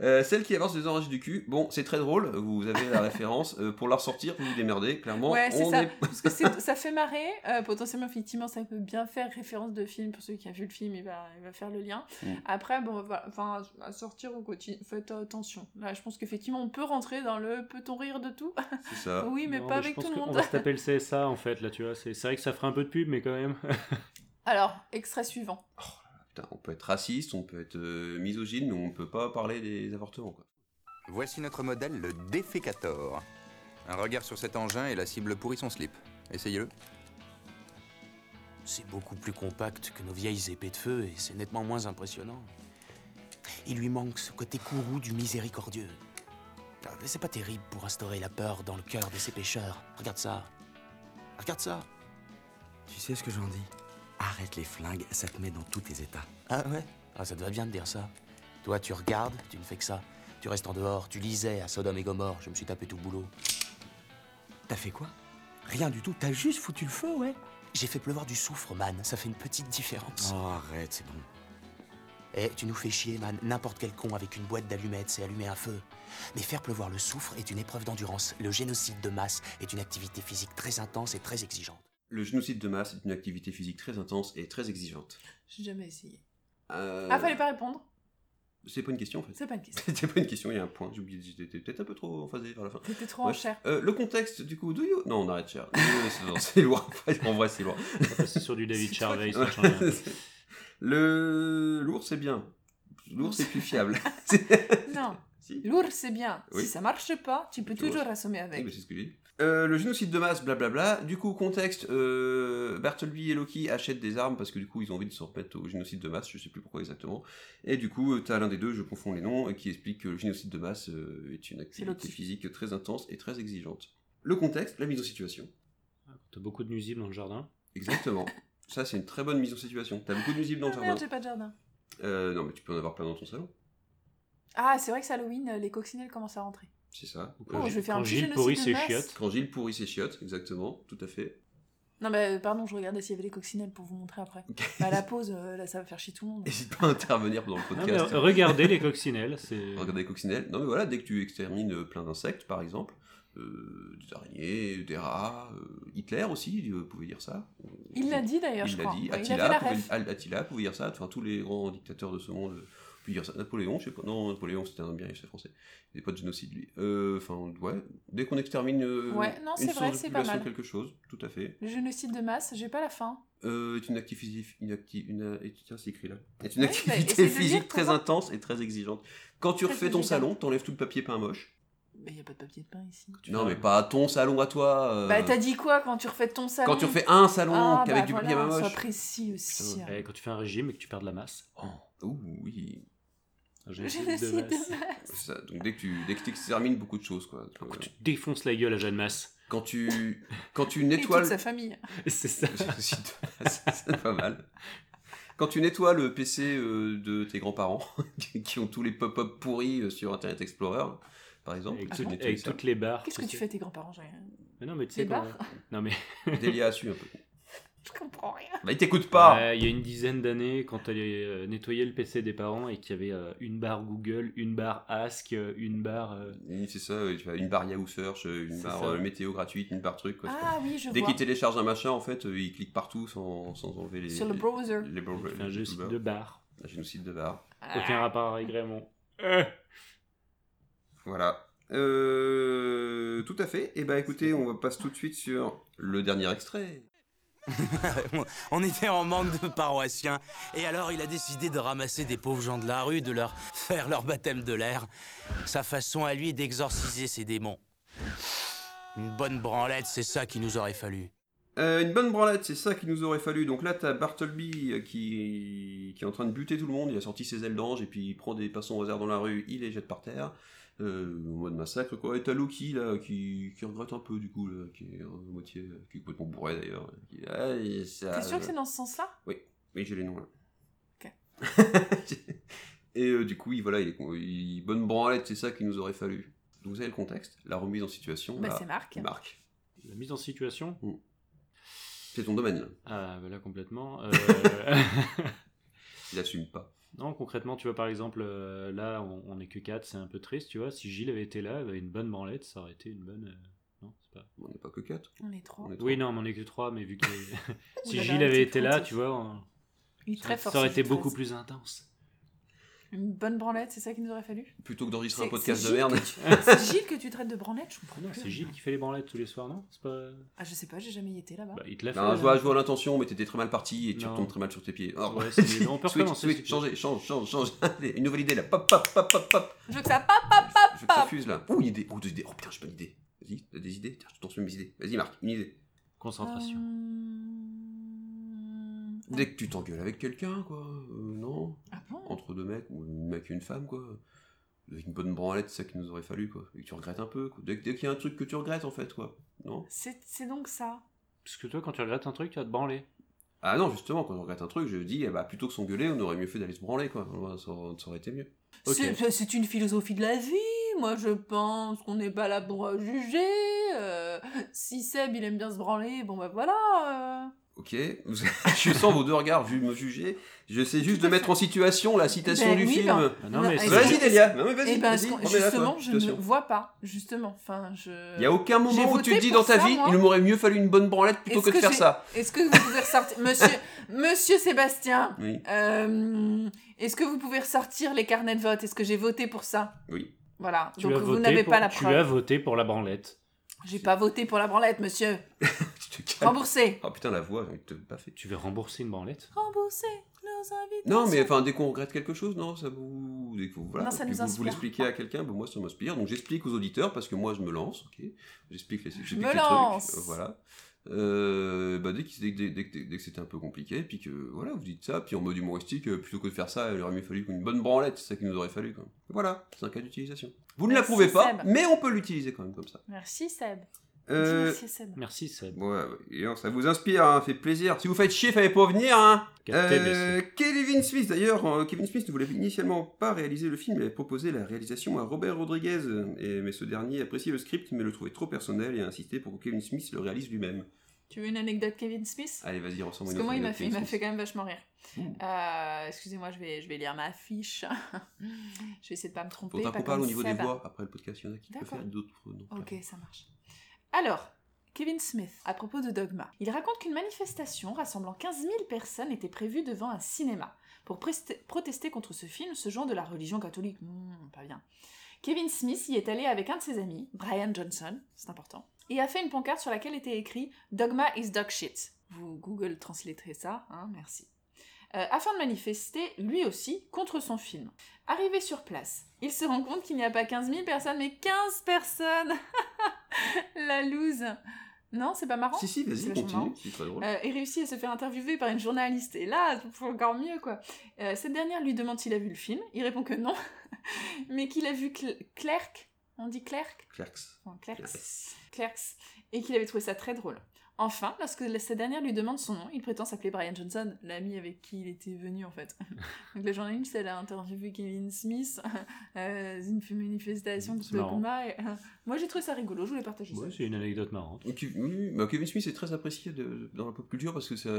Euh, celle qui avance les oranges du cul, bon, c'est très drôle, vous avez la [LAUGHS] référence. Euh, pour la ressortir, vous vous démerdez, clairement. ouais, c'est on ça. est- [LAUGHS] Parce que c'est- ça fait marrer. Euh, potentiellement, effectivement, ça peut bien faire référence de film. Pour celui qui a vu le film, il va, il va faire le lien. Mm. Après, bon, voilà, enfin, à sortir au quotidien, faites attention. Là, je pense qu'effectivement, on peut rentrer dans le peut-on rire de tout C'est ça. Oui, mais Non, pas je avec pense tout le qu'on monde. va se taper le CSA, en fait, là, tu vois. C'est c'est vrai que ça ferait un peu de pub, mais quand même. [LAUGHS] [LAUGHS] Alors, extrait suivant. Putain, on peut être raciste, on peut être euh, misogyne, mais on peut pas parler des avortements, quoi. Voici notre modèle, le Défécator. Un regard sur cet engin et la cible pourrit son slip. Essayez-le. C'est beaucoup plus compact que nos vieilles épées de feu et c'est nettement moins impressionnant. Il lui manque ce côté courroux du miséricordieux. Ah, mais C'est pas terrible pour instaurer la peur dans le cœur de ces pêcheurs. Regarde ça. Regarde ça. Tu sais ce que j'en dis Arrête les flingues, ça te met dans tous tes états. Ah ouais Ah, ça te va bien de dire ça. Toi, tu regardes, tu ne fais que ça. Tu restes en dehors, tu lisais à Sodome et Gomorre, je me suis tapé tout le boulot. T'as fait quoi Rien du tout, t'as juste foutu le feu, ouais. J'ai fait pleuvoir du soufre, man, ça fait une petite différence. Oh, arrête, c'est bon. Eh, tu nous fais chier, man. N'importe quel con avec une boîte d'allumettes sait allumer un feu. Mais faire pleuvoir le soufre est une épreuve d'endurance. Le génocide de masse est une activité physique très intense et très exigeante. Le génocide de masse est une activité physique très intense et très exigeante. J'ai jamais essayé. Euh, Ah, fallait pas répondre. C'est pas une question, en fait. [LAUGHS] C'est pas une question. C'était pas une question, il y a un point. J'ai oublié, j'étais peut-être un peu trop emphasé vers la fin. T'étais trop en Bref. chair. Euh, le contexte, du coup, do you- Non, on arrête cher. c'est loin. [LAUGHS] En vrai, c'est loin. On va passer sur du David Charvet, ça Ouais. change rien. [LAUGHS] Le l'ours c'est bien. L'ours est plus [LAUGHS] fiable. Non. L'ours, c'est bien. Oui. Si ça marche pas, tu peux Toujours. toujours assommer Eh avec. ben, c'est ce que j'ai dit. Euh, le génocide de masse, blablabla. Du coup, contexte, euh, Bartleby et Loki achètent des armes parce que du coup, ils ont envie de se remettre au génocide de masse, je sais plus pourquoi exactement. Et du coup, euh, t'as l'un des deux, je confonds les noms, euh, qui explique que le génocide de masse euh, est une activité l'autre. physique très intense et très exigeante. Le contexte, la mise en situation. Quand T'as beaucoup de nuisibles dans le jardin. [LAUGHS] Exactement. Ça, c'est une très bonne mise en situation. T'as beaucoup de nuisibles dans le Ah merde, jardin. j'ai pas de jardin. Euh, non, mais tu peux en avoir plein dans ton salon. Ah, c'est vrai que c'est Halloween, les coccinelles commencent à rentrer. C'est ça. Oh, je vais faire un Quand petit Gilles génocide pourrit pourrit de ses masse. chiottes. Quand Gilles pourrit ses chiottes, exactement, tout à fait. Non, mais euh, pardon, je regardais s'il y avait les coccinelles pour vous montrer après. bah, la pause, euh, là, ça va faire chier tout le monde. N'hésite pas à intervenir pendant le Ah, podcast. mais regardez les coccinelles, c'est. [LAUGHS] Regardez les coccinelles. Non, mais voilà, dès que tu extermines euh, plein d'insectes, par exemple, euh, des araignées, des rats, euh, Hitler aussi, il euh, pouvait dire ça. Il l'a dit d'ailleurs, je Il l'a crois. dit, Ouais, il a Attila, fait la pouvait, ref. Al- Attila pouvait dire ça, enfin tous les grands dictateurs de ce monde euh, pouvaient dire ça. Napoléon, je sais pas, non, Napoléon c'était un bien, c'est français. Il n'est pas de génocide lui. Euh, Enfin, ouais, dès qu'on extermine euh, Ouais, non, une c'est source vrai, de c'est pas population, mal. quelque chose, tout à fait. Le génocide de masse, j'ai pas la fin. Euh, est une activité, une acti- une, euh, et- tiens, c'est écrit là. Est une Ouais, bah, activité essaye de physique dire très comment- intense et très exigeante. Quand tu Très refais ton exigeante. salon, t'enlèves tout le papier peint moche. Mais y a pas de papier de pain ici. Non, mais pas à ton salon à toi. euh, Bah, t'as dit quoi quand tu refais ton salon Quand tu refais un salon Ah, qu'avec bah, du papier voilà, à main Sois moche. précis aussi. hein. Eh, quand tu fais un régime et que tu perds de la masse. Ouh, oui. Un Le génocide de génocide masse. de masse. C'est ça. Donc dès que tu dès que extermines beaucoup de choses quoi. Euh, Défonce la gueule à Jeanne Masse. [LAUGHS] Quand tu quand tu Et toute [LAUGHS] nettoies sa famille. C'est ça. [LAUGHS] c'est pas mal. Quand tu nettoies le PC euh, de tes grands-parents [LAUGHS] qui- qui ont tous les pop-up pourris euh, sur Internet Explorer par exemple, Avec, tu tout- nettoies avec ça. toutes les barres. Ah Qu'est-ce que tu fais à tes grands-parents j'ai rien- Mais non, mais tu Les sais quand- barres Non, mais. Delia a su un peu. Je comprends rien. Bah, il t'écoute pas. Ouais, euh, Il y a une dizaine d'années, quand elle euh, nettoyait le PC des parents et qu'il y avait euh, une barre Google, une barre Ask, euh, une barre. euh, Oui, C'est ça, oui, tu as une barre Yahoo Search, une C'est barre ça. euh, météo gratuite, une barre truc. Quoi, Ah oui, je Dès vois. qu'il télécharge un machin, en fait, euh, il clique partout sans, sans enlever les. Sur le browser. Ah. Les browsers. un génocide de barres. Un génocide de barres. Aucun rapport avec Raymond. Ah. Voilà. Euh, tout à fait. Et bah écoutez, on passe tout de suite sur le dernier extrait. [LAUGHS] On était en manque de paroissiens. Et alors, il a décidé de ramasser des pauvres gens de la rue, de leur faire leur baptême de l'air. Sa façon à lui d'exorciser ses démons. Une bonne branlette, c'est ça qu'il nous aurait fallu. Euh, une bonne branlette, c'est ça qu'il nous aurait fallu. Donc là, t'as Bartleby euh, qui... qui est en train de buter tout le monde. Il a sorti ses ailes d'ange et puis il prend des passants au hasard dans la rue, il les jette par terre. Euh, en mode massacre quoi. Et t'as Loki là qui, qui regrette un peu du coup, là, qui est euh, à moitié, qui est complètement bourré d'ailleurs. Qui- Ah, et ça- T'es sûr que c'est dans ce sens-là Oui, oui, j'ai les noms là. Ok. [LAUGHS] et euh, du coup, il, voilà, il est con- il- bonne branlette, c'est ça qu'il nous aurait fallu. Donc, vous avez le contexte, la remise en situation. Bah, c'est Marc. Marc. La mise en situation C'est ton domaine là. Ah, bah là, complètement. Euh, [LAUGHS] Il assume pas. non, concrètement, tu vois, par exemple, euh, là, on, on est que 4, c'est un peu triste, tu vois. Si Gilles avait été là, bah, une bonne branlette, ça aurait été une bonne. euh, Non, c'est pas. On n'est pas que 4. On est trois. Oui, non, mais on est que 3, mais vu [LAUGHS] que. Ouh si là là, Gilles il avait est été là, frontif. tu vois, on- Il est très ça fort. aurait ce été Gilles beaucoup Treize. plus intense. Une bonne branlette, c'est ça qu'il nous aurait fallu Plutôt que d'enregistrer un C'est- podcast c'est de Gilles [LAUGHS] merde. que tu- C'est Gilles que tu traites de branlette, je comprends Ah Non, plus c'est Gilles qui fait les branlettes tous les soirs, non C'est pas. Ah, je sais pas, j'ai jamais été là-bas. Bah, il te l'a fait. Non, là. je vois, je vois l'intention, mais t'étais très mal parti et tu Non. retombes très mal sur tes pieds. Alors, Ouais, c'est- [LAUGHS] on peut switch, recommencer, switch, si tu veux. changez, change, change, change. [LAUGHS] Allez, Une nouvelle idée là. Pop, pop, pop, pop, pop. Je veux que ça pop, pop, pop, Je veux que ça pop fuse là. Ouh, une idée. Oh, deux idées. Oh putain, j'ai pas d'idée. Vas-y, t'as des idées Tiens, je t'en mes idées. Vas-y, Marc, une idée. Concentration. Euh, Dès que tu t'engueules avec quelqu'un, quoi. euh, non Ah Entre deux mecs, ou un mec et une femme, quoi. Avec une bonne branlette, c'est ça qu'il nous aurait fallu, quoi. Et que tu regrettes un peu, quoi. Dès, dès qu'il y a un truc que tu regrettes, en fait, quoi. Non C'est c'est donc ça. Parce que toi, quand tu regrettes un truc, tu vas te branler. Ah non, justement, quand on regrette un truc, je dis, eh bah, plutôt que s'engueuler, on aurait mieux fait d'aller se branler, quoi. Ça, ça aurait été mieux. Ok. C'est- C'est une philosophie de la vie, moi je pense qu'on n'est pas là pour euh, juger. euh, si Seb il aime bien se branler, bon bah voilà. euh. Ok, [LAUGHS] vous- je sens vos deux regards vu me juger. Je sais juste de mettre en situation la citation Ben du oui, film. ben- Bah, non, mais ben, c'est- est-ce Vas-y, que- Delia. Non, mais vas-y, Eh ben, vas-y, est-ce qu'on- remets-la, toi, Justement, je ne situation. vois pas. Justement, enfin, je. Il n'y a aucun J'ai moment où tu voté te dis pour dans ta ça, vie, moi. il m'aurait mieux fallu une bonne branlette plutôt Est-ce que de faire j'ai- ça. [LAUGHS] Est-ce que vous pouvez ressortir. Monsieur, Monsieur Sébastien, Oui. euh, est-ce que vous pouvez ressortir les carnets de vote Est-ce que j'ai voté pour ça Oui. Voilà, Tu donc as vous voté n'avez pour- pas la Tu as preuve. voté pour la branlette. J'ai pas voté pour la branlette, monsieur. Remboursé. Oh putain, la voix, j'ai envie de te baffer. Tu veux rembourser une branlette Remboursé nos invités. Non, mais enfin, dès qu'on regrette quelque chose, non, ça vous. Dès que vous, voilà, Non, ça puis nous vous- vous, inspire. l'expliquez à quelqu'un, ben, moi ça m'inspire. Donc j'explique aux auditeurs parce que moi je me lance, ok J'explique les, j'explique me les lance. trucs. euh, voilà. Euh, bah, dès, que, dès, dès- dès- dès que c'était un peu compliqué, puis que voilà, vous dites ça, puis en mode humoristique, euh, plutôt que de faire ça, il aurait mieux fallu une bonne branlette, c'est ça qu'il nous aurait fallu. Quoi. Voilà, c'est un cas d'utilisation. Vous ne Merci, l'approuvez pas, Seb. mais on peut l'utiliser quand même comme ça. Merci Seb. Euh, Merci, Seb. Merci Seb. Ouais, ouais. Et alors, ça vous inspire, hein, fait plaisir. Si vous faites chier, fallait pas venir. Hein. Capté, Euh, Kevin Smith, d'ailleurs, euh, Kevin Smith ne voulait initialement pas réaliser le film, il avait proposé la réalisation à Robert Rodriguez, Et- mais ce dernier appréciait le script, mais le trouvait trop personnel et a insisté pour que Kevin Smith le réalise lui-même. Tu veux une anecdote Kevin Smith Allez, vas-y, ensemble. Parce Ah, une que moi, il autre m'a anecdote, fait, il Kevin m'a Smith. fait quand même vachement rire. Euh, excusez-moi, je vais, je vais lire ma fiche. [LAUGHS] je vais essayer de pas me tromper. Faudra pas qu'on parle au comme niveau Seb. des voix. Après le podcast, il y en a qui peuvent D'accord. faire d'autres. non. Ok, ça marche. Alors, Kevin Smith, à propos de Dogma, il raconte qu'une manifestation rassemblant 15 000 personnes était prévue devant un cinéma pour preste- protester contre ce film, ce genre de la religion catholique. Hmm, pas bien. Kevin Smith y est allé avec un de ses amis, Brian Johnson, c'est important, et a fait une pancarte sur laquelle était écrit Dogma is dog shit. Vous Google transliterez ça, hein, merci. Euh, afin de manifester, lui aussi, contre son film. Arrivé sur place, il se rend compte qu'il n'y a pas 15 000 personnes, mais 15 personnes [LAUGHS] La loose Non, c'est pas marrant Si, si, C'est vas-y, vachement marrant. continue. C'est très drôle. Euh, et réussit à se faire interviewer par une journaliste. Et là, c'est encore mieux, quoi. Euh, cette dernière lui demande s'il a vu le film. Il répond que non, [LAUGHS] mais qu'il a vu Cl- Clerc. On dit Clerc Clerks. Enfin, Clerks. Clerks. Et qu'il avait trouvé ça très drôle. Enfin, lorsque la- cette dernière lui demande son nom, il prétend s'appeler Brian Johnson, l'ami avec qui il était venu [LAUGHS] en fait. Donc la journaliste, elle a interviewé Kevin Smith, [LAUGHS] euh, une manifestation de C'est marrant. dogma. et- euh, Moi j'ai trouvé ça rigolo, je voulais partager ça. [LAUGHS] Ouais, c'est une anecdote marrante. Et tu- oui, oui, bah, Kevin Smith est très apprécié de- dans la pop culture parce que ça,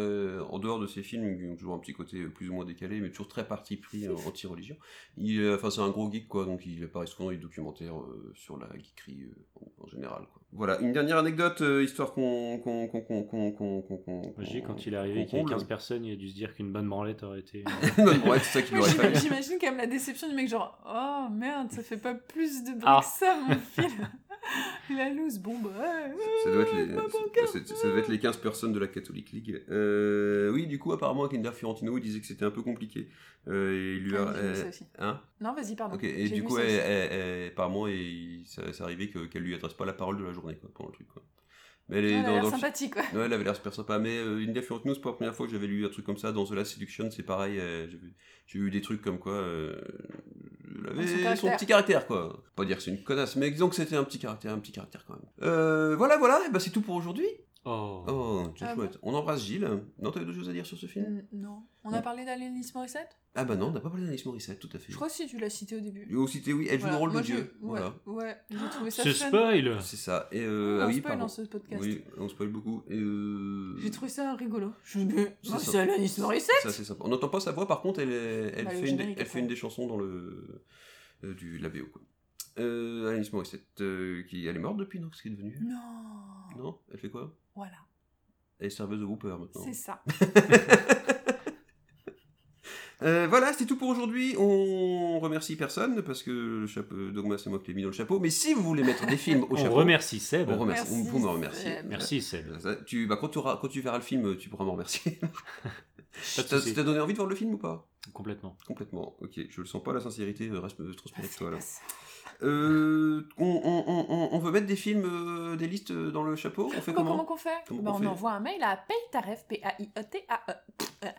en dehors de ses films, qui ont toujours un petit côté plus ou moins décalé, mais toujours très parti pris euh, anti-religion. Il, euh, Enfin, c'est un gros geek quoi, donc il apparaît souvent dans les documentaires euh, sur la geekerie euh, en, en général. Quoi. Voilà, une dernière anecdote euh, histoire qu'on qu'on qu'on qu'on qu'on qu'on qu'on qu'on- Moi, je dis, quand il est qu'on arrivé qu'il y avait comble. [LAUGHS] 15 personnes, il a dû se dire qu'une bonne branlette aurait été. euh, Une bonne branlette, c'est ça qu'il Moi, aurait j'ima- fallu. [LAUGHS] J'imagine quand même la déception du mec, genre Oh merde, ça fait pas plus de bruit Ah. que ça, mon film. [LAUGHS] la loose, bon bah. ouais, Ça doit, être les, ma c'est- c'est- ça doit être les 15 personnes de la Catholic League. Euh, oui, du coup, apparemment, Kinder Fiorentino il disait que c'était un peu compliqué. Euh, il lui a- Ah, j'ai vu ça euh, aussi. hein Non, vas-y, pardon. Ok, et Ah J'ai du vu coup, ça elle, aussi. elle- elle- apparemment, et il- ça, ça arrivait que- qu'elle lui adresse pas la parole de la journée quoi, pendant le truc. Quoi. Mais Ouais, Ah, elle a l'air le- sympathique, ouais. elle avait l'air super sympa. Mais euh, India Fiorentino, c'est pas la première fois que j'avais lu un truc comme ça. Dans The Last Seduction, c'est pareil. euh, j'ai vu- j'ai eu des trucs comme quoi. euh, elle Son avait son, caractère. petit caractère, quoi. Pas dire que c'est une connasse, mais disons que c'était un petit caractère, un petit caractère quand même. Euh, voilà, voilà, et bah, c'est tout pour aujourd'hui. Oh, c'est Ah chouette. On embrasse Gilles. Non, t'avais deux choses à dire sur ce film Mm, Non. On a parlé d'Alanis Morissette Ah bah non, on n'a pas parlé d'Alice Morissette, tout à fait. Je crois que si tu l'as cité au début. Et aussi, t'es- oui, elle joue Voilà. le rôle Moi, de j'ai- Dieu. Ouais, Voilà. ouais, j'ai trouvé ça Ce fun. spoil C'est ça. Et euh, On ah oui, spoil pardon. dans ce podcast. Oui, on spoil beaucoup. Et euh... J'ai trouvé ça rigolo. Je me c'est Oh, ça. c'est Alanis Morissette Ça, c'est sympa. On n'entend pas sa voix, par contre, elle, est- elle, Bah, fait, le une des, générique, elle fait après. une des chansons dans le. euh, du, la BO, quoi. Euh, Alanis Morissette, euh, qui, elle est morte depuis, non Qu'est-ce qu'elle est devenue Non Non Elle fait quoi Voilà, Elle est serveuse de Whooper maintenant. c'est ça. Euh, voilà, c'est tout pour aujourd'hui. On remercie personne parce que le chapeau Dogma, c'est moi qui l'ai mis dans le chapeau. Mais si vous voulez mettre des films au On chapeau. remercie Seb. On remercie, Merci, on- vous me remerciez. Seb. Merci Seb. Ça, tu, bah, quand, tu auras- quand tu verras le film, tu pourras me remercier. Pas Ça de t'a souci. ça t'a donné envie de voir le film ou pas Complètement. Complètement, ok. Je le sens pas, la sincérité euh, reste euh, trop spirituelle. Bah, c'est Euh, on, on- on- on- on veut mettre des films, euh, des listes euh, dans le chapeau On fait Bah, comment, comment qu'on fait Comment Bah, qu'on On fait envoie un mail à paytaref, E P-A-I-E-T-A-E. euh,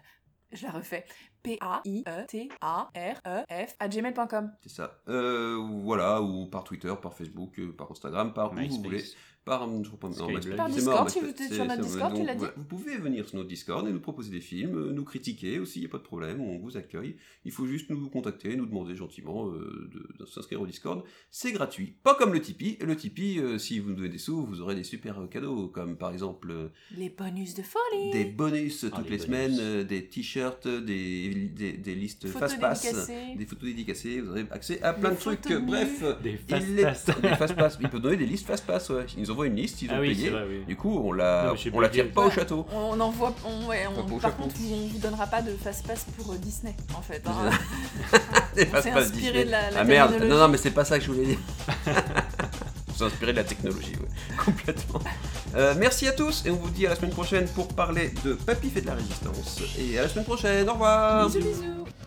Je la refais. E P-A-I-E-T-A-R-E-F E à gmail.com. C'est ça. Euh, voilà, ou par Twitter, par Facebook, euh, par Instagram, par où vous MySpace. voulez. Par, non, je crois pas- non, Skyblog. MySpace, Par c'est Discord, mort, si MySpace, vous êtes c'est- sur notre c'est- Discord, tu donc, l'as dit. voilà. Vous pouvez venir sur notre Discord et nous proposer des films, euh, nous critiquer aussi, il n'y a pas de problème, on vous accueille. Il faut juste nous contacter, nous demander gentiment euh, de, de s'inscrire au Discord. C'est gratuit, pas comme le Tipeee. Le Tipeee, euh, si vous nous donnez des sous, vous aurez des super euh, cadeaux, comme par exemple... euh, Les bonus de folie des bonus Ah, toutes les les, bonus. semaines, euh, des t-shirts, des, des, des listes Photos fast-pass, dédicacées. des photos dédicacées, vous aurez accès à plein Des de trucs. photos nues. Bref, Des il est- [LAUGHS] fast-pass. des fast-pass. Ils peuvent donner des listes fast-pass, ouais. Ils nous envoient une liste, ils ont Ah oui, payé. c'est vrai, oui. Du coup, on la, Non, mais j'ai on la pas tire dit. pas au château. On envoie, on, ouais, on- Pas beau par chapeau. contre, on vous donnera pas de fast-pass pour euh, Disney, en fait. hein. Des on s'est fast-pass inspiré de la, la Ah merde, terminologie. non, non, mais c'est pas ça que je voulais dire. [LAUGHS] on s'est inspiré de la technologie, ouais. [LAUGHS] complètement. Euh, merci à tous et on vous dit à la semaine prochaine pour parler de Papy fait de la résistance. Et à la semaine prochaine, au revoir [LAUGHS] Bisous, bisous